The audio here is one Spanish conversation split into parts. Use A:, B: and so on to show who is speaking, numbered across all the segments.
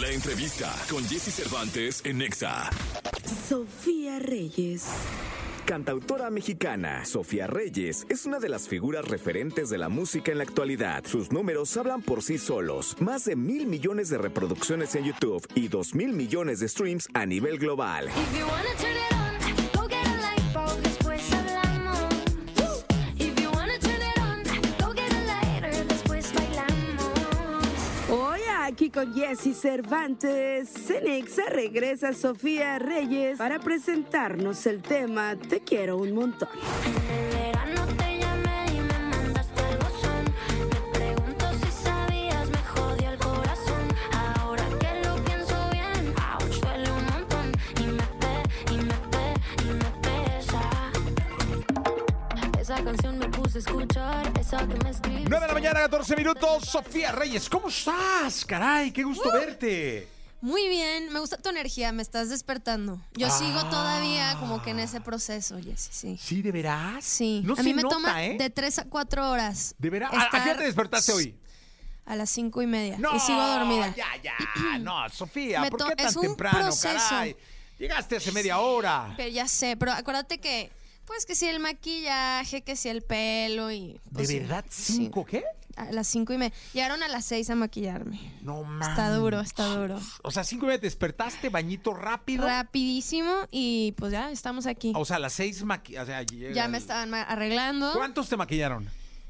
A: La entrevista con Jesse Cervantes en Nexa.
B: Sofía Reyes.
C: Cantautora mexicana, Sofía Reyes es una de las figuras referentes de la música en la actualidad. Sus números hablan por sí solos. Más de mil millones de reproducciones en YouTube y dos mil millones de streams a nivel global.
D: If you wanna turn it on, go get a light bulb, después hablamos. If you wanna turn it on, go get a lighter, después bailamos.
B: Hoy aquí con Jesse Cervantes, Cenexa regresa Sofía Reyes para presentarnos el tema Te quiero un montón.
D: En el verano te llamé y me mandaste al buzón. Me pregunto si sabías, me jodió el corazón. Ahora que lo pienso bien, ouch, duele un montón. Y me pe, y me pe, y me pesa. Esa canción me puse a escuchar, esa que me escribí.
E: 9 de la mañana, 14 minutos. Sofía Reyes, ¿cómo estás? Caray, qué
F: Uh.
E: gusto verte.
F: Muy bien, me gusta tu energía, me estás despertando. Yo sigo
E: Ah.
F: todavía como que en ese proceso, Jessy, sí.
E: Sí, de veras.
F: Sí,
E: no
F: a mí
E: se
F: me
E: nota,
F: toma
E: ¿eh?
F: de 3 a 4 horas.
E: De veras. ¿A- ¿A qué
F: estar
E: hora te despertaste hoy?
F: A las 5 y media. y sigo dormida.
E: Ya, ya. No, Sofía,
F: Me
E: ¿por
F: to-
E: qué tan
F: es un
E: temprano,
F: proceso.
E: caray? Llegaste hace media hora.
F: Pero ya sé, pero acuérdate que, pues que si el maquillaje, que si el pelo y.
E: ¿De
F: pues, sí,
E: verdad
F: sí.
E: cinco qué?
F: A las 5 y media. Llegaron a las 6 a maquillarme.
E: No mames.
F: Está duro, está duro.
E: O sea, cinco y media te despertaste, bañito rápido.
F: Rapidísimo y pues ya estamos aquí.
E: O sea, a las seis maqui... O sea, llega
F: Ya me
E: el-
F: estaban ma- arreglando.
E: ¿Cuántos te maquillaron?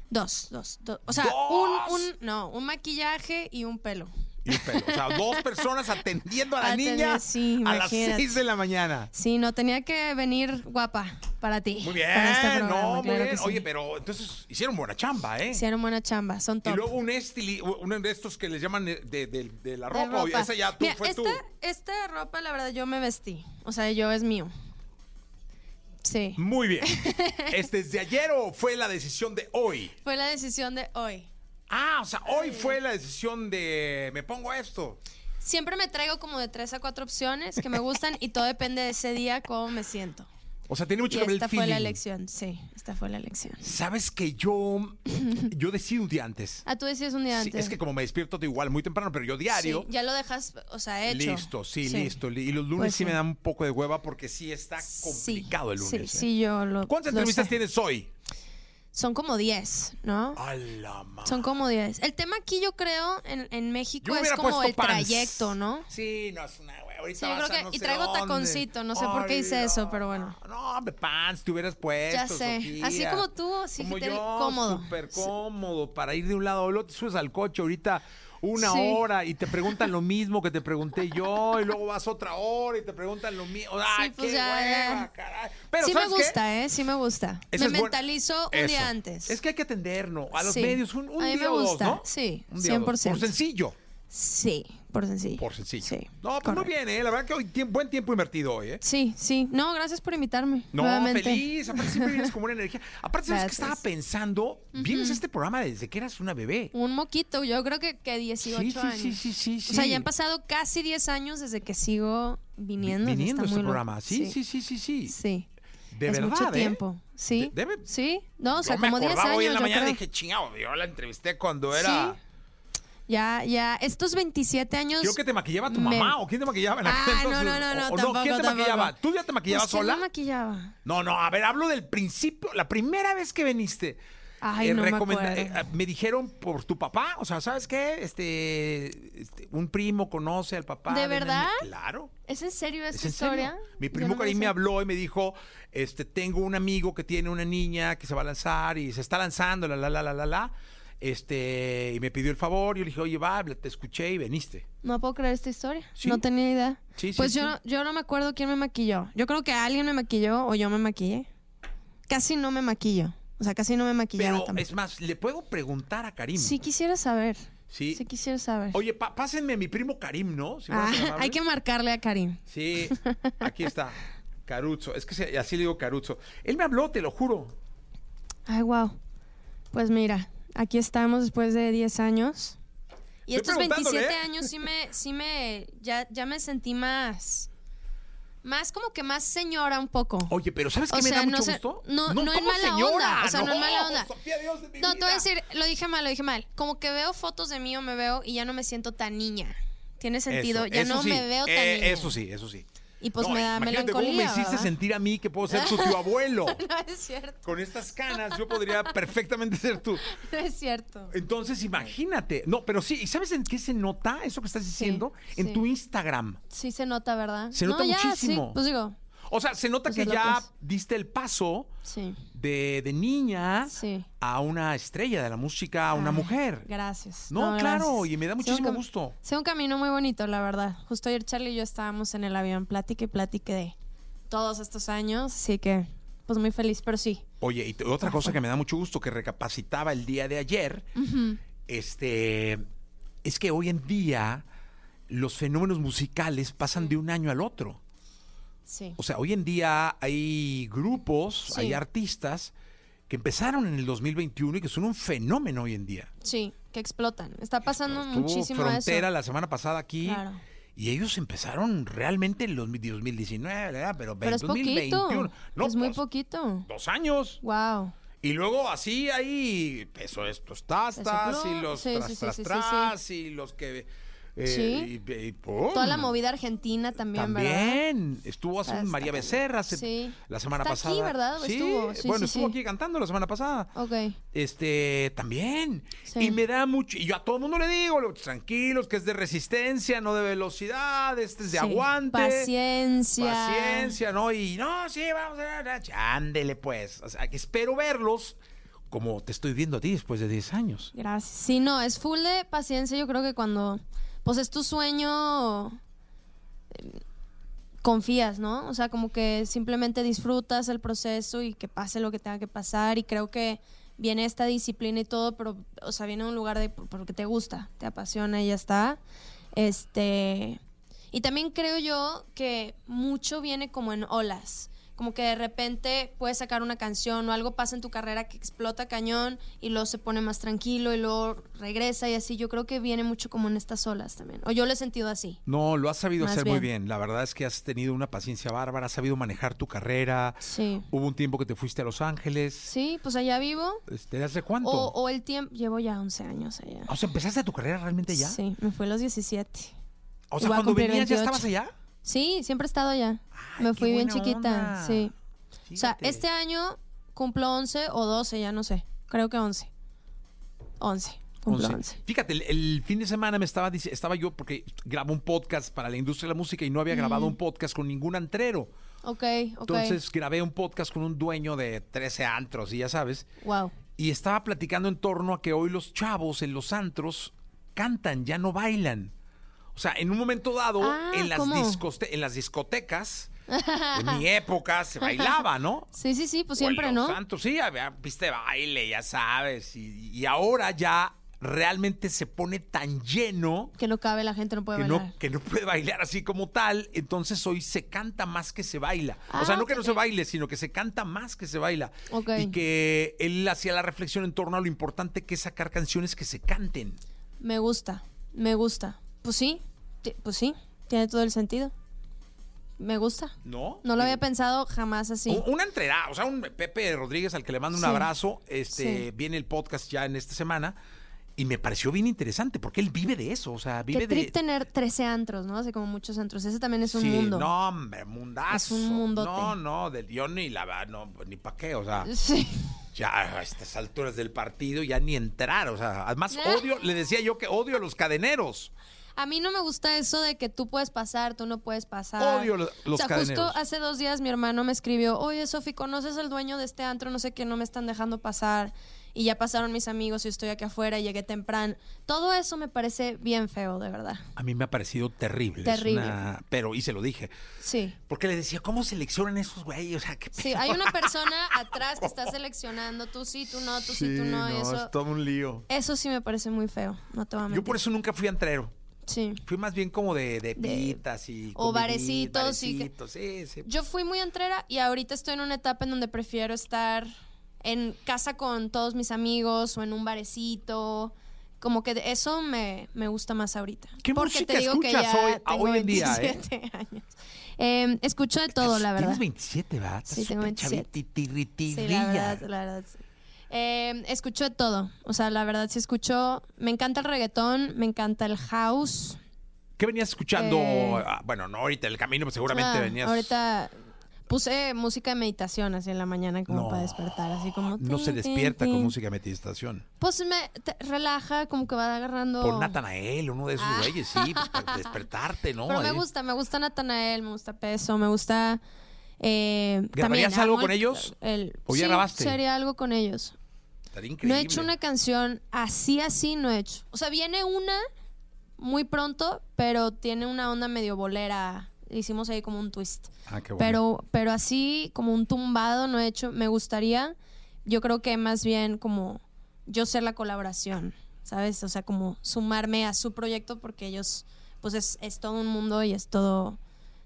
F: Dos, dos, dos. O sea,
E: ¡Dos!
F: Un, un, no, un maquillaje y un pelo.
E: Y un pelo. O sea, dos personas atendiendo a la
F: Atendí-
E: niña
F: sí,
E: a las
F: imagínate.
E: seis de la mañana.
F: Sí, no, tenía que venir guapa para ti.
E: Muy bien,
F: para este programa,
E: no, muy
F: claro que
E: bien.
F: sí.
E: Oye, pero entonces hicieron buena chamba, ¿eh?
F: Hicieron buena chamba, son
E: y
F: top.
E: luego un estili, uno de estos que les llaman de, de- de- de la
F: De
E: ropa, oye,
F: ropa.
E: esa ya tú
F: Mira,
E: fue
F: esta,
E: tú.
F: esta ropa, la verdad, yo me vestí. O sea, yo es mío. Sí.
E: Muy bien. ¿Es desde ayer o fue la decisión de hoy?
F: Fue la decisión de hoy.
E: Ah, o sea, hoy fue la decisión de me pongo esto.
F: Siempre me traigo como de tres a cuatro opciones que me gustan y todo depende de ese día cómo me siento.
E: O sea, tiene
F: Y
E: mucho que ver el
F: esta fue la
E: feeling.
F: elección, sí, esta fue la elección.
E: Sabes que yo, yo decido un día antes.
F: Ah, tú decías un día
E: Sí,
F: antes.
E: es que como me despierto de igual muy temprano, pero yo diario.
F: Sí, ya lo dejas, o sea, hecho.
E: Listo, sí, listo. li- Y los lunes
F: Pues
E: sí me
F: sí.
E: dan un poco de hueva porque sí está complicado el
F: Sí,
E: lunes.
F: sí,
E: ¿eh?
F: yo lo.
E: ¿Cuántas
F: lo
E: entrevistas
F: sé.
E: tienes Ah. hoy?
F: Son como 10, ¿no?
E: A la madre.
F: Son como 10. El tema aquí, yo creo, en, en México
E: me
F: es
E: hubiera
F: como
E: puesto
F: el
E: pants.
F: trayecto, ¿no?
E: Sí, no es una güey, ahorita
F: Sí, yo
E: vas
F: creo
E: a
F: que-
E: no sé
F: y traigo
E: dónde.
F: taconcito, no sé por qué hice
E: Ay,
F: eso,
E: no,
F: pero bueno.
E: No, hombre, pants, te hubieras puesto.
F: Ya sé.
E: Sofía.
F: Así como tú, sí,
E: como
F: te-
E: yo,
F: cómodo.
E: Súper
F: Sí.
E: cómodo para ir de un lado a otro. Te subes al coche ahorita una
F: Sí.
E: hora y te preguntan lo mismo que te pregunté yo y luego vas otra hora y te preguntan lo mismo. Ay,
F: pues
E: qué
F: ya,
E: hueva,
F: ya.
E: caray. Pero
F: sí me
E: ¿sabes qué?
F: gusta, ¿eh? Sí me gusta.
E: Eso
F: me
E: es bueno.
F: mentalizo un
E: Eso.
F: día antes.
E: Es que hay que atendernos a los
F: Sí.
E: medios un, un
F: A mí me
E: día o dos,
F: gusta,
E: ¿no?
F: sí,
E: Un día o dos.
F: 100%.
E: Por sencillo.
F: Sí, por sencillo.
E: Por sencillo.
F: Sí.
E: No, pues
F: correcto.
E: muy bien, ¿eh? La verdad que hoy tiem- buen tiempo invertido hoy, ¿eh?
F: Sí, sí. No, gracias por invitarme.
E: No,
F: nuevamente.
E: feliz. Aparte siempre vienes con buena energía. Aparte, ¿sabes qué
F: Gracias.
E: estaba pensando? Vienes a este programa desde que eras una bebé.
F: Un moquito, yo creo que, que 18
E: Sí, sí,
F: años.
E: sí, sí, sí,
F: O sea,
E: sí.
F: ya han pasado casi 10 años desde que sigo
E: Vi-
F: viniendo. o sea,
E: Viniendo
F: está
E: a este
F: muy loco.
E: programa. Sí, sí, sí, sí, sí.
F: Sí.
E: De
F: es
E: verdad,
F: mucho
E: ¿eh?
F: tiempo. Sí.
E: De- debe-
F: Sí. No, o sea,
E: Yo
F: como
E: me
F: 10
E: acordaba
F: años.
E: hoy en la
F: yo
E: mañana
F: creo.
E: y dije, chingado, yo la entrevisté cuando era...
F: Sí. Ya, ya. Estos 27 años.
E: Creo que te maquillaba tu
F: me-
E: mamá o quién te maquillaba en aquel
F: Ah, no,
E: entonces.
F: no, no, no,
E: o, o
F: tampoco,
E: ¿Quién te
F: tampoco.
E: maquillaba? ¿Tú ya te maquillabas
F: Pues, ¿quién
E: sola?
F: me maquillaba?
E: No, no, a ver, hablo del principio, la primera vez que viniste.
F: Ay, no me acuerdo.
E: eh, me dijeron por tu papá, o sea, ¿sabes qué? Este, este, un primo conoce al papá.
F: ¿De
E: una
F: verdad?
E: ni- Claro.
F: ¿Es en serio esta
E: ¿Es en serio?
F: historia?
E: Mi
F: Yo
E: primo
F: no
E: Karim
F: sé.
E: me habló y me dijo, este, tengo un amigo que tiene una niña que se va a lanzar y se está lanzando, la, la, la, la, la, la. Este, y me pidió el favor, yo le dije, oye, va, te escuché y veniste.
F: No puedo creer esta historia.
E: Sí.
F: No tenía idea.
E: Sí, sí,
F: pues yo,
E: sí.
F: no- yo no me acuerdo quién me maquilló. Yo creo que alguien me maquilló o yo me maquillé. Casi no me maquillo. O sea, casi no me maquillaba
E: Pero,
F: tampoco.
E: es más, le puedo preguntar a Karim.
F: Sí quisiera saber.
E: Sí.
F: Sí quisiera saber.
E: Oye, pa- pásenme a mi primo Karim, ¿no? Si fueran
F: Ah,
E: tan amables.
F: hay que marcarle a Karim.
E: Sí, aquí está. Caruzo. Es que se- así le digo Caruzo. Él me habló, te lo juro.
F: Ay, wow. Pues mira, aquí estamos después de 10 años. Y
E: Estoy
F: estos 27
E: preguntándole, ¿eh?
F: años sí me, sí me, ya, ya me sentí más, más como que más señora un poco.
E: Oye, pero ¿sabes
F: O
E: qué me da
F: sea, no
E: mucho
F: sé-
E: gusto?
F: no- no en
E: ¿cómo
F: mala
E: señora?
F: onda, o sea, no en mala onda.
E: Sofía, Dios de mi
F: No, te voy
E: vida.
F: a decir, lo dije mal, lo dije mal. Como que veo fotos de mí o me veo y ya no me siento tan niña. Tiene sentido.
E: Eso,
F: ya
E: eso
F: no
E: sí,
F: me veo tan
E: eh,
F: niña.
E: Eso sí, eso sí.
F: Y pues me da
E: imagínate
F: melancolía.
E: cómo me hiciste
F: ¿verdad?
E: sentir a mí que puedo ser tu tío abuelo.
F: No es cierto,
E: Con estas canas yo podría perfectamente ser tú.
F: no es cierto.
E: Entonces, imagínate. No, pero sí, ¿y sabes en qué se nota eso que estás diciendo? en
F: sí.
E: tu Instagram.
F: Sí se nota, ¿verdad?
E: Se nota
F: no, ya,
E: muchísimo.
F: Sí, pues digo,
E: O sea, se nota
F: Pues
E: que
F: es lo
E: ya
F: que es.
E: diste el paso
F: sí.
E: de, de niña
F: Sí.
E: a una estrella de la música, a una
F: Ay,
E: mujer.
F: Gracias.
E: No, claro,
F: gracias.
E: y me da
F: Sí,
E: muchísimo
F: un cam-
E: gusto.
F: Sí, un camino muy bonito, la verdad. Justo ayer Charlie y yo estábamos en el avión, plática y plática de todos estos años, así que pues muy feliz, pero sí.
E: Oye, y t- otra cosa que me da mucho gusto que recapacitaba el día de ayer, este, es que hoy en día los fenómenos musicales pasan de un año al otro.
F: Sí.
E: O sea, hoy en día hay grupos,
F: Sí.
E: hay artistas que empezaron en el 2021 y que son un fenómeno hoy en día.
F: Sí, que explotan. Está pasando
E: Estuvo
F: Mm, muchísimo
E: frontera
F: eso.
E: la semana pasada aquí.
F: Claro.
E: Y ellos empezaron realmente en los 2019, ¿verdad? Pero,
F: Pero es
E: 2021.
F: poquito.
E: No,
F: es muy
E: pues,
F: poquito.
E: Dos años.
F: Wow.
E: Y luego así ahí, eso estos tastas
F: Eso,
E: y
F: no.
E: los
F: Sí,
E: tras
F: sí, sí,
E: tras
F: sí, sí,
E: tras y los que eh,
F: Sí.
E: y- y ¡pum!
F: Toda la movida argentina también, ¿verdad?
E: También estuvo hace
F: Está-
E: María
F: está
E: Becerra hace-
F: Sí.
E: la semana
F: Está
E: pasada.
F: aquí, ¿verdad?
E: Sí,
F: Estuvo, sí,
E: bueno,
F: sí,
E: estuvo
F: sí.
E: aquí cantando la semana pasada.
F: Ok.
E: Este, también.
F: Sí.
E: Y me da mucho. Y yo a todo el mundo le digo, lo- tranquilos, que es de resistencia, no de velocidad, este es de
F: Sí.
E: aguante.
F: Paciencia.
E: Paciencia, ¿no? Y no, sí, vamos a. Ándele, pues. O sea, que espero verlos como te estoy viendo a ti después de 10 años.
F: Gracias. Sí, no, es full de paciencia. Yo creo que cuando, pues es tu sueño, eh, confías, ¿no? O sea, como que simplemente disfrutas el proceso y que pase lo que tenga que pasar. Y creo que viene esta disciplina y todo, pero, o sea, viene de un lugar de por- porque te gusta, te apasiona y ya está. Este. Y también creo yo que mucho viene como en olas. Como que de repente puedes sacar una canción o algo pasa en tu carrera que explota cañón y luego se pone más tranquilo y luego regresa y así. Yo creo que viene mucho como en estas olas también. O yo lo he sentido así.
E: No, lo has sabido
F: Más
E: hacer muy
F: bien.
E: bien. La verdad es que has tenido una paciencia bárbara, has sabido manejar tu carrera.
F: Sí.
E: Hubo un tiempo que te fuiste a Los Ángeles.
F: Sí, pues allá vivo.
E: Este, ¿Hace cuánto?
F: O, o el tiempo. Llevo ya 11 años allá.
E: O sea, ¿empezaste tu carrera realmente ya?
F: Sí, me fui a los 17.
E: O sea,
F: Voy a
E: cuando
F: cumplir
E: venías ya
F: 28.
E: estabas allá.
F: Sí, siempre he estado allá.
E: Ay,
F: me
E: qué
F: fui bien
E: buena
F: chiquita.
E: onda.
F: Sí. O sea,
E: Fíjate.
F: este año cumplo 11 o 12, ya no sé. Creo que 11. 11. Cumplo 11.
E: Once. Fíjate, el, el fin de semana me estaba dic- estaba yo porque grabo un podcast para la industria de la música y no había grabado un podcast con ningún antrero.
F: Ok, ok.
E: Entonces grabé un podcast con un dueño de 13 antros y ya sabes.
F: wow.
E: Y estaba platicando en torno a que hoy los chavos en los antros cantan, ya no bailan. O sea, en un momento dado,
F: Ah,
E: en, las
F: ¿cómo?
E: discote- en las discotecas, en mi época, se bailaba, ¿no?
F: Sí, sí, sí, pues
E: O en
F: siempre,
E: Los
F: ¿no?
E: Santos, sí, había pista de baile, ya sabes. Y, y ahora ya realmente se pone tan lleno
F: Que no cabe, la gente no puede
E: que
F: bailar.
E: no, que no puede bailar así como tal. Entonces hoy se canta más que se baila. o sea,
F: Ah,
E: no que
F: ok.
E: no se baile, sino que se canta más que se baila.
F: Ok.
E: Y que él hacía la reflexión en torno a lo importante que es sacar canciones que se canten.
F: Me gusta, me gusta. Pues sí, ti- pues sí, tiene todo el sentido. Me gusta.
E: ¿No?
F: No lo había
E: Digo,
F: pensado jamás así.
E: Un- Una entrega, o sea, un Pepe Rodríguez al que le mando un
F: Sí.
E: abrazo. Este
F: Sí.
E: viene el podcast ya en esta semana. Y me pareció bien interesante porque él vive de eso, o sea, vive
F: Qué trip
E: de.
F: tener 13 antros, ¿no? Hace como muchos antros. Ese también es un
E: sí,
F: mundo.
E: no, hombre, mundazo.
F: Es un mundote.
E: No, no, del yo ni la va- no, ni pa' qué, o sea.
F: Sí.
E: Ya a estas alturas del partido ya ni entrar, o sea, además odio, le decía yo que odio a los cadeneros.
F: A mí no me gusta eso de que tú puedes pasar, tú no puedes pasar.
E: Odio lo- los
F: O sea,
E: cadeneros.
F: justo hace dos días mi hermano me escribió, oye, Sofi, ¿conoces al dueño de este antro? No sé qué, no me están dejando pasar. Y ya pasaron mis amigos y estoy aquí afuera y llegué temprano. Todo eso me parece bien feo, de verdad.
E: A mí me ha parecido terrible. es
F: Terrible.
E: una- Pero, y se lo dije,
F: Sí.
E: porque le decía, ¿cómo seleccionan esos güeyes? O sea, qué
F: Sí, hay una persona atrás que está seleccionando, tú sí, tú no, tú sí, tú no. y eso,
E: todo un lío.
F: eso sí me parece muy feo, no te voy a mentir.
E: Yo por eso nunca fui antrero.
F: Sí.
E: Fui más bien como de, de
F: De-
E: pitas y...
F: o
E: comidí-
F: barecitos y que-
E: barecitos, sí, sí.
F: Yo fui muy entrera y ahorita estoy en una etapa en donde prefiero estar en casa con todos mis amigos o en un barecito. Como que de- eso me, me gusta más ahorita.
E: ¿Qué música escuchas hoy- a hoy en día, eh?
F: 27 años. Eh, escucho de todo, la verdad.
E: Tienes 27, ¿verdad? Estás
F: Sí, tengo
E: súper
F: 27.
E: chavita, tirritirrilla.
F: Sí, la verdad, la verdad. sí. Eh, escucho de todo. O sea, la verdad sí escucho. Me encanta el reggaetón, me encanta el house.
E: ¿Qué venías escuchando?
F: Eh,
E: Ah, bueno, no ahorita en el camino, pues seguramente
F: Ah,
E: venías.
F: Ahorita puse música de meditación así en la mañana como
E: No.
F: para despertar, así como...
E: No se
F: tin, tin,
E: despierta con
F: tin.
E: música de meditación.
F: Pues me te- relaja, como que va agarrando...
E: Por Natanael, uno de esos
F: Ah.
E: güeyes, sí, pues, para despertarte, ¿no?
F: Pero me
E: Ahí.
F: gusta, me gusta Natanael, me gusta Peso, me gusta... Eh,
E: ¿Grabarías
F: también
E: algo
F: amo
E: con
F: el-
E: ellos?
F: el-
E: ¿O ya
F: sí,
E: grabaste?
F: sería algo con ellos.
E: Estaría
F: No
E: increíble.
F: he hecho una canción así, así, no he hecho. O sea, viene una muy pronto, pero tiene una onda medio bolera. Hicimos ahí como un twist.
E: Ah, qué bueno.
F: Pero, pero así, como un tumbado, no he hecho. Me gustaría, yo creo que más bien como yo ser la colaboración, ¿sabes? O sea, como sumarme a su proyecto porque ellos, pues es, es todo un mundo y es todo.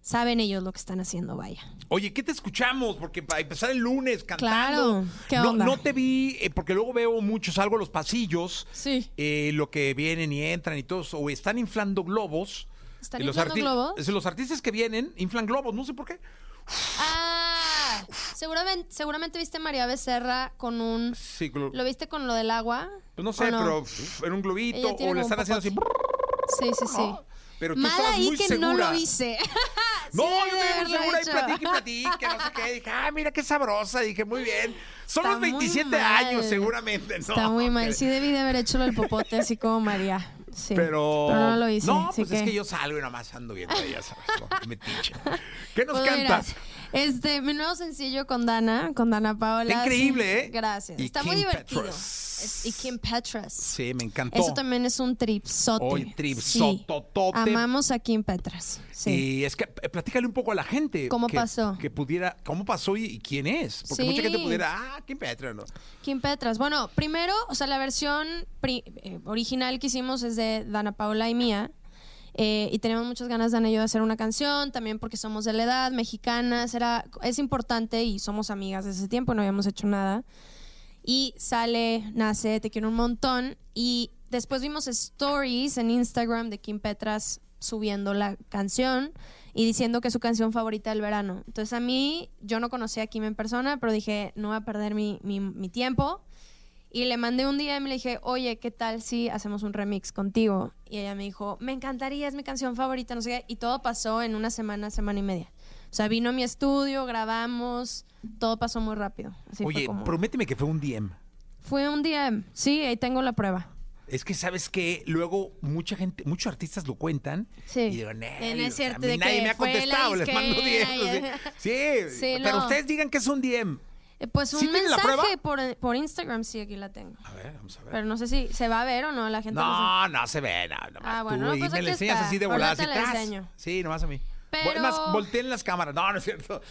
F: Saben ellos lo que están haciendo, vaya.
E: Oye, ¿qué te escuchamos? Porque para empezar el lunes cantando.
F: Claro, ¿qué
E: no,
F: onda?
E: no te vi, eh, porque luego veo mucho, salgo a los pasillos,
F: Sí.
E: eh, lo que vienen y entran y todos, o están inflando globos.
F: ¿Están
E: Eh,
F: inflando
E: arti-
F: globos?
E: es, Los artistas que vienen inflan globos, no sé por qué.
F: Ah, seguramente, seguramente viste a María Becerra con un.
E: Sí, glo-
F: ¿Lo viste con lo del agua?
E: pues no sé,
F: ¿O
E: pero pff, en un globito,
F: Ella tiene
E: o le
F: como
E: están
F: un
E: haciendo así.
F: Sí, sí, sí.
E: Pero tú
F: Mal
E: estabas
F: ahí
E: muy
F: que
E: segura.
F: no lo hice.
E: No,
F: Sí,
E: yo me
F: debe
E: vi
F: haberlo
E: segura y
F: hecho.
E: platique y platique, no sé qué. Dije, ah, mira qué sabrosa. Dije, muy bien. Son
F: Está
E: los
F: muy
E: 27
F: mal.
E: años, seguramente, ¿no?
F: Está muy mal.
E: Pero-
F: Sí, debí de haber hecho el popote así como María. Sí.
E: Pero...
F: no lo hice.
E: No,
F: así
E: pues es que yo salgo y nada más ando viendo ahí, ya sabes. ¿no? Me tiche. ¿Qué nos
F: Pues mira,
E: cantas?
F: este, mi nuevo sencillo con Dana, con Dana Paola.
E: Está increíble, ¿eh?
F: Gracias.
E: Y
F: Está
E: Kim
F: muy divertido.
E: Petras.
F: Es- y Kim Petras.
E: Sí, me encantó.
F: Eso también es un tripsote.
E: Hoy tripsototote.
F: Sí. Amamos a Kim Petras. Sí.
E: Y es que eh, platícale un poco a la gente.
F: ¿Cómo
E: que-
F: pasó?
E: Que pudiera, ¿cómo pasó y, y quién es? Porque mucha
F: Sí.
E: gente pudiera, ah, ¿quién Petra? ¿no?
F: Kim Petras. Bueno, primero, o sea, la versión pri- eh, original que hicimos es de Dana Paula y mía. Eh, y tenemos muchas ganas, Dana y yo, de hacer una canción, también porque somos de la edad, mexicanas, era, es importante y somos amigas desde ese tiempo, no habíamos hecho nada. Y sale, nace, te quiero un montón. Y después vimos stories en Instagram de Kim Petras subiendo la canción y diciendo que es su canción favorita del verano. Entonces a mí, yo no conocía a Kim en persona, pero dije, no voy a perder mi, mi- mi tiempo. Y le mandé un DM y le dije, oye, ¿qué tal si hacemos un remix contigo? Y ella me dijo, me encantaría, es mi canción favorita, no sé qué. Y todo pasó en una semana, semana y media. O sea, vino a mi estudio, grabamos, todo pasó muy rápido. Así fue
E: Oye,
F: como-
E: prométeme que fue un DM.
F: fue un día, sí, ahí tengo la prueba.
E: Es que sabes que luego mucha gente, muchos artistas lo cuentan
F: Sí.
E: y digo, "Nah,
F: Eh, no es
E: o sea,
F: cierto,
E: a mí
F: de
E: nadie
F: que
E: me ha
F: fue la
E: contestado, les mando
F: disquera
E: DM.
F: y-
E: Sí,
F: Sí,
E: pero
F: no.
E: ustedes digan que es un DM.
F: Eh, Pues
E: ¿Sí
F: un
E: tienes la
F: mensaje
E: prueba?
F: por, por Instagram, sí, aquí la tengo.
E: A ver, vamos a ver.
F: Pero no sé si se va a ver o no, la gente no
E: No, no se ve, no, nomás
F: Ah, bueno,
E: tú,
F: no,
E: y
F: pues
E: me
F: aquí
E: la enseñas
F: está.
E: así de volada,
F: Ahorita
E: así,
F: la
E: ¡tas!
F: enseño.
E: Sí, nomás a mí.
F: Pero-
E: Vol- Más, volteen las cámaras, no, no es cierto.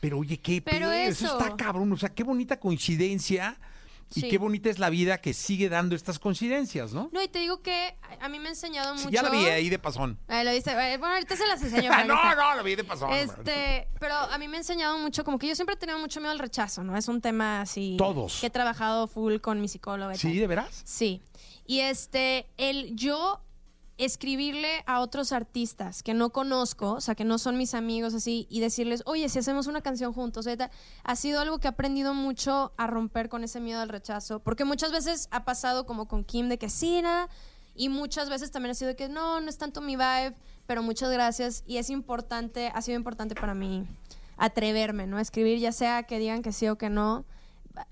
E: Pero oye, qué
F: Pero
E: pe- eso.
F: eso.
E: está cabrón, o sea, qué bonita coincidencia y
F: Sí.
E: qué bonita es la vida que sigue dando estas coincidencias, ¿no?
F: sabe. No, y te digo que a- a mí me ha enseñado mucho.
E: Sí, ya la vi ahí de pasón.
F: Ah, lo viste. eh, Bueno, ahorita se las enseño.
E: Ah,
F: para que
E: no,
F: sea.
E: no, la vi de pasón.
F: Este, pero a mí me ha enseñado mucho, como que yo siempre he tenido mucho miedo al rechazo, ¿no? Es un tema así.
E: Todos.
F: Que he trabajado full con mi psicóloga. y
E: Sí,
F: tal.
E: de veras.
F: Sí. Y este, el yo escribirle a otros artistas que no conozco, o sea, que no son mis amigos así, y decirles, oye, si hacemos una canción juntos, eh, tal", ha sido algo que he aprendido mucho a romper con ese miedo al rechazo, porque muchas veces ha pasado como con Kim de que sí, nada, y muchas veces también ha sido de que no, no es tanto mi vibe, pero muchas gracias, y es importante, ha sido importante para mí atreverme, ¿no? A Escribir, ya sea que digan que sí o que no,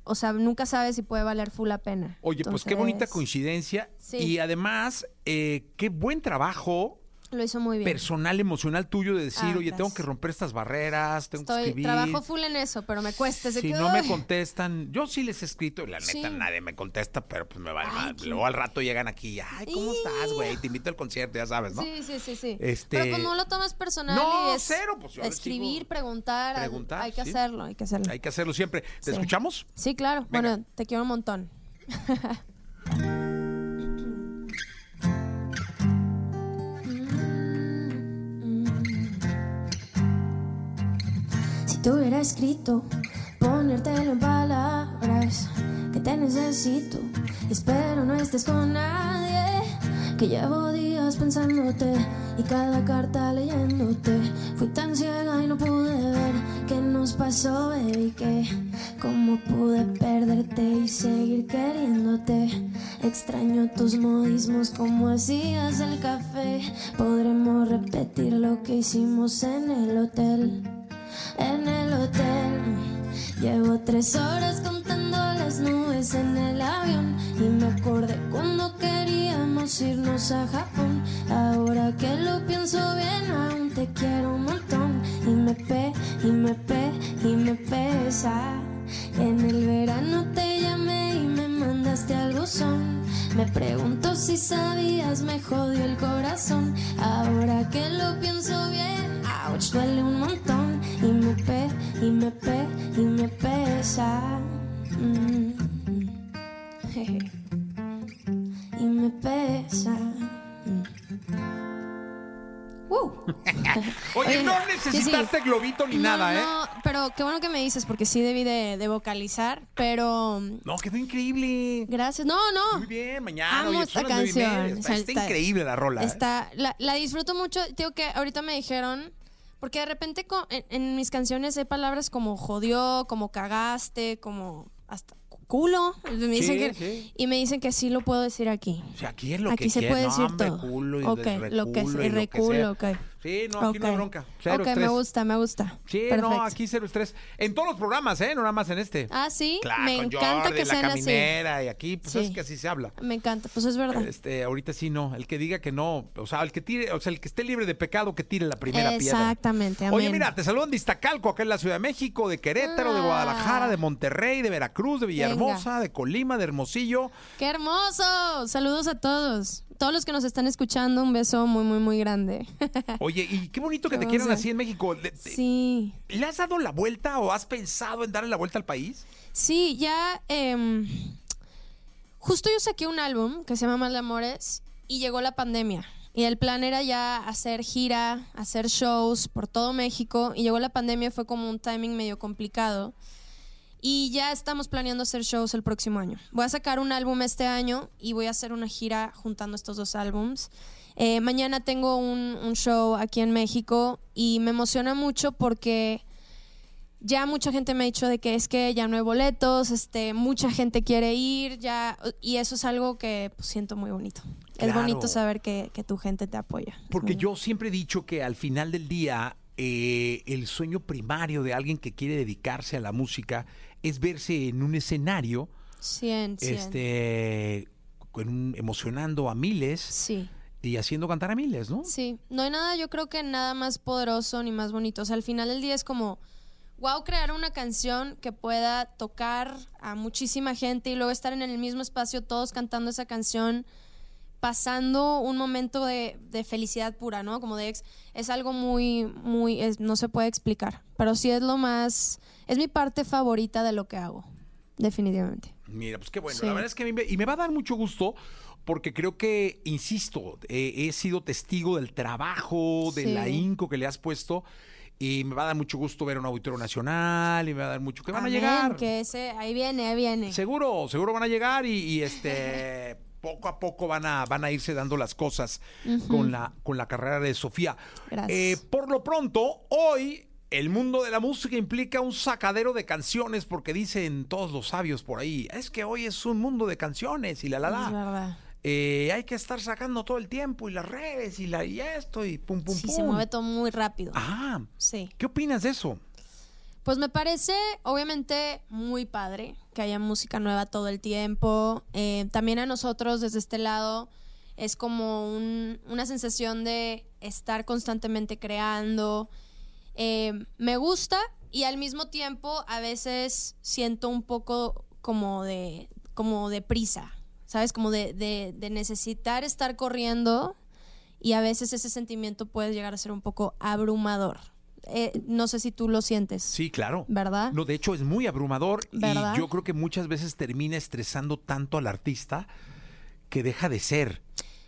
F: o sea, nunca sabes si puede valer full la pena.
E: Oye, pues qué bonita
F: Entonces,
E: coincidencia.
F: Sí.
E: Y además, eh, qué buen trabajo
F: Lo hizo muy bien.
E: personal, emocional tuyo de decir,
F: Ah,
E: oye, tengo
F: gracias.
E: que romper estas barreras, tengo que
F: Estoy,
E: escribir.
F: trabajo full en eso, pero me cuesta. es de
E: Si
F: que,
E: no me
F: "Ay".
E: contestan, yo sí les he escrito y la neta
F: Sí.
E: nadie me contesta, pero pues me vale.
F: Ay,
E: madre.
F: qué-
E: Luego al rato llegan aquí, y, ay, ¿cómo
F: Y-
E: estás, güey? Te invito al concierto, ya sabes, ¿no?
F: Sí, sí, sí, sí.
E: Este-
F: Pero pues no lo tomas personal.
E: No,
F: y es
E: cero, pues, yo les
F: Escribir,
E: digo-
F: preguntar,
E: Preguntar,
F: Hay que
E: sí.
F: hacerlo, hay que hacerlo.
E: Hay que hacerlo siempre. ¿Te
F: Sí.
E: escuchamos?
F: Sí, claro.
E: Venga.
F: Bueno, te quiero un montón.
D: Si te hubiera escrito, ponértelo en palabras que te necesito. Espero no estés con nadie, que llevo días pensándote y cada carta leyéndote. Fui tan ciega y no pude ver qué nos pasó, baby, que cómo pude perderte y seguir queriéndote. Extraño tus modismos como hacías el café. Podremos repetir lo que hicimos en el hotel. En el hotel. Llevo tres horas contando las nubes en el avión. Y me acordé cuando queríamos irnos a Japón. Ahora que lo pienso bien, aún te quiero un montón. Y me pe, y me pe, y me pesa. En el verano te llamé y me mandaste algo son. Me pregunto si sabías, me jodió el corazón. Ahora que lo pienso bien, ouch, duele un montón. Y me pe, y me pe, y me pesa. Mm. Jeje. Y me pesa. Mm. Woo.
E: Oye,
F: Oye,
E: no
F: sí, sí.
E: necesitaste globito ni
F: No,
E: nada, ¿eh?
F: no, pero qué bueno que me dices, porque sí debí de, de vocalizar, pero mm,
E: No, quedó increíble.
F: gracias. No, no.
E: Muy bien, mañana.
F: Amo
E: oye,
F: esta
E: son las nueve y
F: canción.
E: media.
F: O
E: Está,
F: sea,
E: está
F: está-
E: increíble la rola. ¿eh?
F: Está, la, la disfruto mucho. Digo que ahorita me dijeron, porque de repente co- en, en mis canciones hay palabras como jodió, como cagaste, como hasta cu- culo. Me dicen que,
E: sí.
F: Y me dicen que sí lo puedo decir aquí.
E: O sea, aquí es lo
F: aquí
E: que
F: se
E: quieras,
F: puede
E: no,
F: decir
E: hombre,
F: todo.
E: culo y
F: ok,
E: desreculo
F: lo
E: y
F: que
E: lo
F: sea,
E: que sea.
F: reculo, ok.
E: Sí, no, aquí no hay
F: Ok.
E: bronca. Cero
F: ok, me
E: estrés.
F: gusta, me gusta.
E: Sí,
F: Perfecto.
E: no, aquí cero estrés. En todos los programas, ¿eh? No nada más en este.
F: Ah, sí,
E: Claro,
F: me
E: con
F: encanta
E: Jordi,
F: que
E: la
F: sean así.
E: caminera y aquí, pues es
F: Sí.
E: que así se habla.
F: Me encanta, pues es verdad.
E: Este, ahorita sí no, el que diga que no, o sea, el que tire, o sea, el que esté libre de pecado que tire la primera piedra.
F: Exactamente, amén.
E: Oye, mira, te saludan de Iztacalco, acá en la Ciudad de México, de Querétaro, de
F: Ah.
E: Guadalajara, de Monterrey, de Veracruz, de Villahermosa, de Colima, de Hermosillo.
F: ¡Qué hermoso! Saludos a todos. Todos los que nos están escuchando, un beso muy, muy, muy grande.
E: Oye, y qué bonito que te
F: Vamos
E: quieran
F: a-
E: así en México. Le- te-
F: sí.
E: ¿Le has dado la vuelta o has pensado en darle la vuelta al país?
F: Sí, ya. em, justo yo saqué un álbum que se llama Malamores y llegó la pandemia. Y el plan era ya hacer gira, hacer shows por todo México. Y llegó la pandemia, fue como un timing medio complicado. Y ya estamos planeando hacer shows el próximo año. Voy a sacar un álbum este año y voy a hacer una gira juntando estos dos álbums. Eh, mañana tengo un, un show aquí en México y me emociona mucho porque ya mucha gente me ha dicho de que es que ya no hay boletos, este, mucha gente quiere ir, ya, y eso es algo que pues, siento muy bonito. Es
E: Claro.
F: bonito saber que, que tu gente te apoya. Mm. Es
E: Porque
F: muy
E: yo siempre he dicho que al final del día eh, el sueño primario de alguien que quiere dedicarse a la música es verse en un escenario,
F: bonito. 100, 100.
E: este, con un- emocionando a miles
F: Sí,
E: y haciendo cantar a miles, ¿no?
F: sí. No hay nada, yo creo que nada más poderoso ni más bonito. O sea, al final del día es como, wow, crear una canción que pueda tocar a muchísima gente y luego estar en el mismo espacio todos cantando esa canción. pasando un momento de, de felicidad pura, ¿no? Como de ex, es algo muy, muy, es- no se puede explicar, pero sí es lo más, es mi parte favorita de lo que hago, definitivamente.
E: Mira, pues qué bueno.
F: Sí.
E: La verdad es que a mí me, y me va a dar mucho gusto porque creo que, insisto, eh, he sido testigo del trabajo, del
F: Sí.
E: ahínco que le has puesto y me va a dar mucho gusto ver a un auditorio nacional y me va a dar mucho que van
F: Amén,
E: a llegar.
F: Que ese, ahí viene, ahí viene.
E: Seguro, seguro van a llegar y, y, este poco a poco van a, van a irse dando las cosas con, la, con la carrera de Sofía. Eh,
F: Gracias.
E: por lo pronto, hoy el mundo de la música implica un sacadero de canciones porque dicen todos los sabios por ahí, es que hoy es un mundo de canciones y la la
F: Es
E: la.
F: verdad.
E: Eh, hay que estar sacando todo el tiempo y las redes y, la, y esto y pum pum
F: sí,
E: pum.
F: se mueve todo muy rápido.
E: Ah,
F: Sí.
E: ¿qué opinas de eso?
F: Pues me parece, obviamente, muy padre que haya música nueva todo el tiempo. Eh, también a nosotros, desde este lado, es como un- una sensación de estar constantemente creando. Eh, me gusta y al mismo tiempo a veces siento un poco como de, como de prisa, ¿sabes? Como de, de- de necesitar estar corriendo y a veces ese sentimiento puede llegar a ser un poco abrumador. Eh, no sé si tú lo sientes.
E: Sí, claro.
F: ¿Verdad?
E: No, de hecho es muy abrumador
F: Ah. ¿Verdad?
E: y yo creo que muchas veces termina estresando tanto al artista que deja de ser.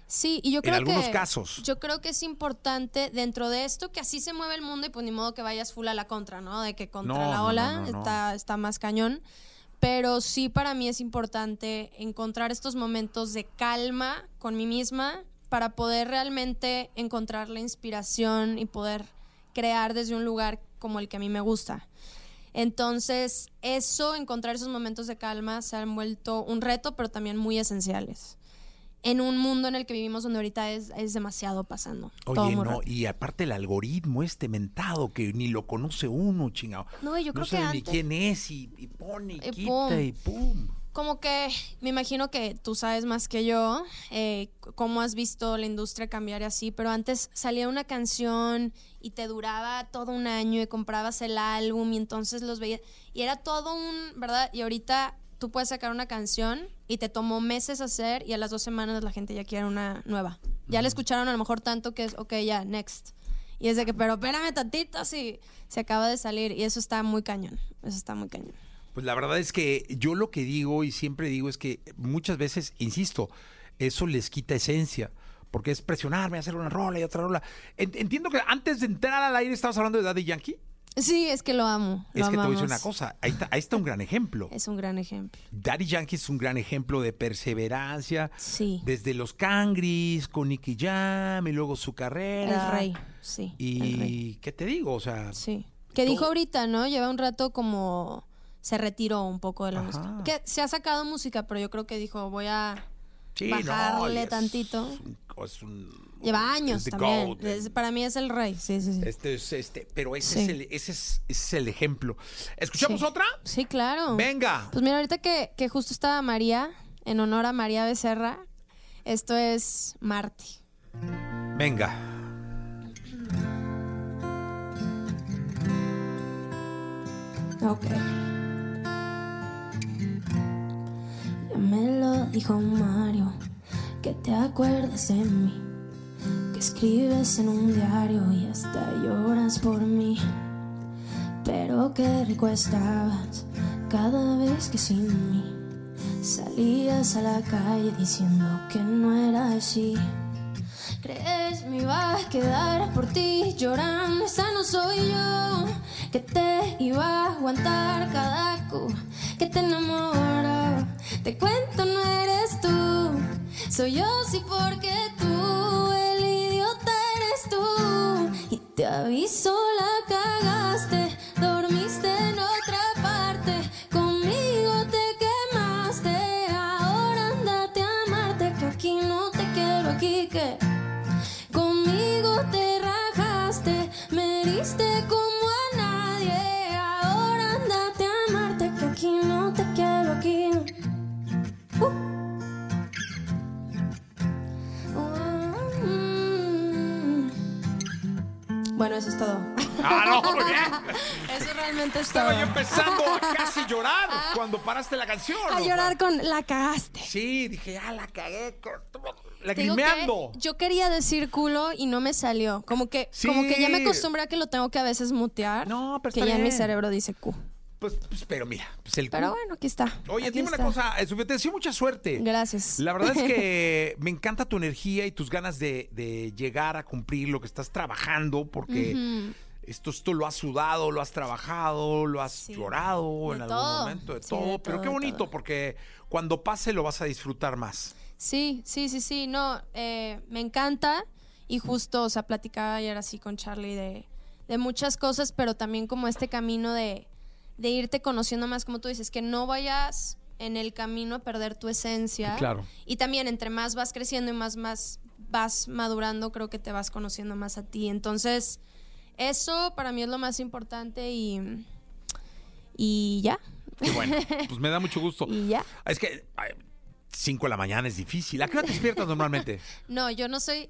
F: Sí, y yo
E: En
F: creo que.
E: algunos casos.
F: Yo creo que es importante dentro de esto que así se mueve el mundo y pues ni modo que vayas full a la contra, ¿no? De que contra
E: No, no,
F: la
E: no, no,
F: ola
E: no.
F: Está, está más cañón. Pero sí para mí es importante encontrar estos momentos de calma con mí misma para poder realmente encontrar la inspiración y poder crear desde un lugar como el que a mí me gusta. Entonces, eso, encontrar esos momentos de calma, se han vuelto un reto, pero también muy esenciales. En un mundo en el que vivimos donde ahorita es, es demasiado pasando. todo
E: Oye,
F: muy
E: no,
F: rápido.
E: y aparte el algoritmo este mentado que ni lo conoce uno, chingado.
F: No, yo creo que
E: sabe ni
F: antes-
E: quién es y, y pone y
F: Y
E: quita
F: pum.
E: y pum.
F: Como que me imagino que tú sabes más que yo eh, c- cómo has visto la industria cambiar y así, pero antes salía una canción y te duraba todo un año y comprabas el álbum y entonces los veías. Y era todo un, ¿verdad? Y ahorita tú puedes sacar una canción y te tomó meses hacer y a las dos semanas la gente ya quiere una nueva. Ya la escucharon a lo mejor tanto que es, ok, ya, next. Y es de que, pero espérame tantito, si se acaba de salir. Y eso está muy cañón, eso está muy cañón.
E: Pues la verdad es que yo lo que digo y siempre digo es que muchas veces, insisto, eso les quita esencia. Porque es presionarme, hacer una rola y otra rola. En- Entiendo que antes de entrar al aire estabas hablando de Daddy Yankee.
F: Sí, es que lo amo.
E: Es
F: lo
E: que te voy a decir
F: amamos.
E: una cosa. Ahí está, ahí está un gran ejemplo.
F: Es un gran ejemplo.
E: Daddy Yankee es un gran ejemplo de perseverancia.
F: Sí.
E: Desde los Cangris, con Nicky Jam y luego su carrera.
F: El rey. Sí. el rey.
E: Y qué te digo, o sea,
F: Sí. Que dijo ahorita, ¿no? Lleva un rato como se retiró un poco de la
E: Ajá.
F: música. Que se ha sacado música, pero yo creo que dijo, voy a
E: sí, no,
F: bajarle
E: y es
F: tantito.
E: un- es un-
F: Lleva años
E: es the
F: también.
E: goat.
F: Es- para mí es el rey. Sí, sí, sí.
E: Este es este, pero ese
F: Sí.
E: es el, ese es, ese es el ejemplo. ¿Escuchamos
F: Sí.
E: otra?
F: Sí, claro.
E: Venga.
F: Pues mira, ahorita que, que justo estaba María, en honor a María Becerra, esto es Marte.
E: Venga.
F: Ok. Ya me lo dijo Mario, que te acuerdas de mí, que escribes en un diario y hasta lloras por mí. Pero qué rico estabas cada vez que sin mí salías a la calle diciendo que no era así. ¿Crees me iba a quedar por ti llorando? Esa no soy yo. Que te iba a aguantar cada cu que te enamoro. Te cuento, no eres tú. Soy yo, sí, porque tú, el idiota eres tú. Y te aviso, la cagaste. Dormiste en otra parte. Conmigo te quemaste. Ahora andate a amarte, que aquí no te quiero, aquí que. Conmigo te rajaste, me heriste como a nadie. Ahora andate a amarte, que aquí no te quiero, aquí. no. Uh. Mm. Bueno, eso es todo.
E: Ah, no, muy bien.
F: Eso realmente es todo.
E: Estaba yo empezando a casi llorar cuando paraste la canción.
F: A
E: o sea.
F: llorar con la cagaste.
E: Sí, dije, ah, la cagué. co-
F: Te digo que
E: Lagrimeando.
F: yo quería decir culo y no me salió. Como que,
E: Sí.
F: como que ya me acostumbré a que lo tengo que a veces mutear.
E: No, pero
F: Que
E: está
F: ya en mi
E: bien.
F: cerebro dice Q.
E: Pues, pues, pero mira, pues el
F: Pero bueno, aquí está.
E: Oye,
F: aquí
E: dime una
F: está.
E: cosa, eh, Sofía, te deseo mucha suerte.
F: Gracias.
E: La verdad es que me encanta tu energía y tus ganas de, de llegar a cumplir lo que estás trabajando, porque esto, esto lo has sudado, lo has trabajado, lo has
F: Sí.
E: llorado
F: De
E: en algún
F: todo.
E: momento, de
F: Sí,
E: todo.
F: de
E: pero
F: todo,
E: qué
F: de
E: bonito,
F: todo.
E: porque cuando pase lo vas a disfrutar más.
F: Sí, sí, sí, sí. No, eh, me encanta. Y justo, o sea, platicaba ayer así con Charlie de, de muchas cosas, pero también como este camino de, de irte conociendo más, como tú dices, que no vayas en el camino a perder tu esencia.
E: Claro.
F: Y también entre más vas creciendo y más, más vas madurando, creo que te vas conociendo más a ti. Entonces, eso para mí es lo más importante y, y ya,
E: Y bueno, pues me da mucho gusto.
F: y ya.
E: Es que 5 de la mañana es difícil. ¿A qué hora te despiertas normalmente?
F: No, yo no soy.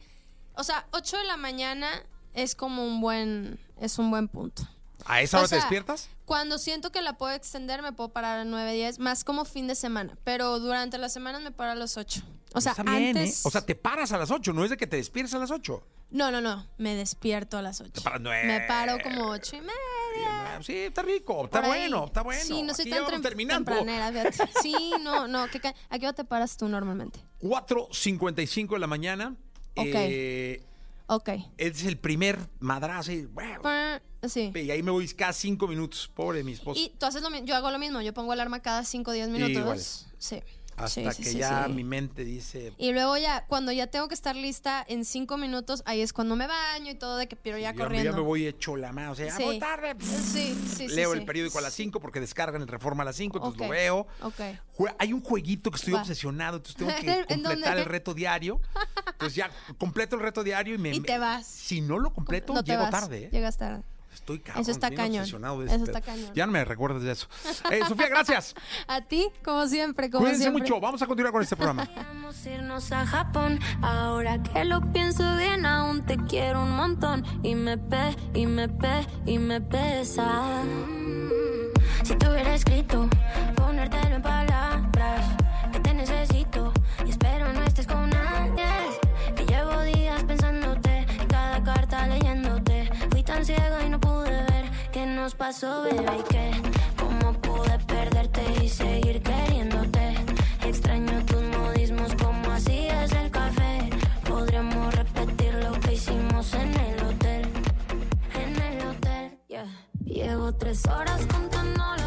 F: O sea, 8 de la mañana es como un buen. Es un buen punto.
E: ¿A esa
F: O
E: hora te
F: sea,
E: despiertas?
F: Cuando siento que la puedo extender, me puedo parar a 9, 10, más como fin de semana. Pero durante las semanas me paro a los 8. O sea,
E: Está bien, ¿eh?
F: antes.
E: O sea, te paras a las 8, no es de que te despiertes a las 8.
F: No, no, no. Me despierto a las 8.
E: Te paras nueve.
F: Me paro como 8 y media.
E: Eh, ah, Sí, está rico, está
F: Eh. por ahí.
E: bueno, está bueno.
F: Sí, no soy
E: Aquí ya
F: tan
E: vamos
F: tem-
E: terminando.
F: tempranera, fíjate. Sí, no, no. ¿qué ca- ¿A qué hora te paras tú normalmente?
E: 4.55 de la mañana.
F: Ok.
E: Eh,
F: Ok.
E: es el primer madrazo. Y, bueno,
F: Pa- Sí.
E: y ahí me voy cada 5 minutos. Pobre mi esposo.
F: Y tú haces lo mismo, yo hago lo mismo, yo pongo alarma cada 5 o 10 minutos.
E: Pues Igual.
F: Sí.
E: hasta
F: sí,
E: que
F: sí,
E: ya
F: sí.
E: mi mente dice,
F: Y luego ya, cuando ya tengo que estar lista en cinco minutos, ahí es cuando me baño y todo, de que pero ya
E: "Dios mío,
F: corriendo.
E: me voy hecho la mano, o sea, ya
F: Sí.
E: voy tarde.
F: Sí, sí, sí,
E: Leo
F: sí.
E: el periódico a las 5 porque descargan el Reforma a las 5, entonces
F: Ok,
E: lo veo.
F: ok.
E: Jue- Hay un jueguito que estoy
F: Va.
E: obsesionado, entonces tengo que
F: ¿En
E: completar
F: dónde?
E: el reto diario. Entonces ya completo el reto diario y me...
F: Y te vas.
E: Si no lo completo,
F: No te
E: llego
F: vas,
E: tarde. ¿eh?
F: Llegas tarde.
E: Estoy cabrón,
F: Eso está
E: bien
F: cañón.
E: obsesionado de
F: Eso
E: este
F: está
E: pedo.
F: cañón.
E: Ya no me recuerdas de eso. Eh, Sofía, gracias.
F: A ti, como siempre, como
E: Cuídense
F: siempre.
E: mucho. Vamos a continuar con este programa.
D: Podríamos irnos a Japón. Ahora que lo pienso bien, aún te quiero un montón. Y me pe, y me pe, y me pesa. Mm, Si tuviera escrito, ponértelo en palabras. Que te necesito y espero no estés con nadie. Que llevo días pensándote y cada carta leyéndote. Fui tan ciego y no pude ver qué nos pasó, bebé, y que cómo pude perderte y seguir queriéndote. Extraño tus modismos, como hacías el café. Podríamos repetir lo que hicimos en el hotel. En el hotel, yeah. Llevo tres horas contando las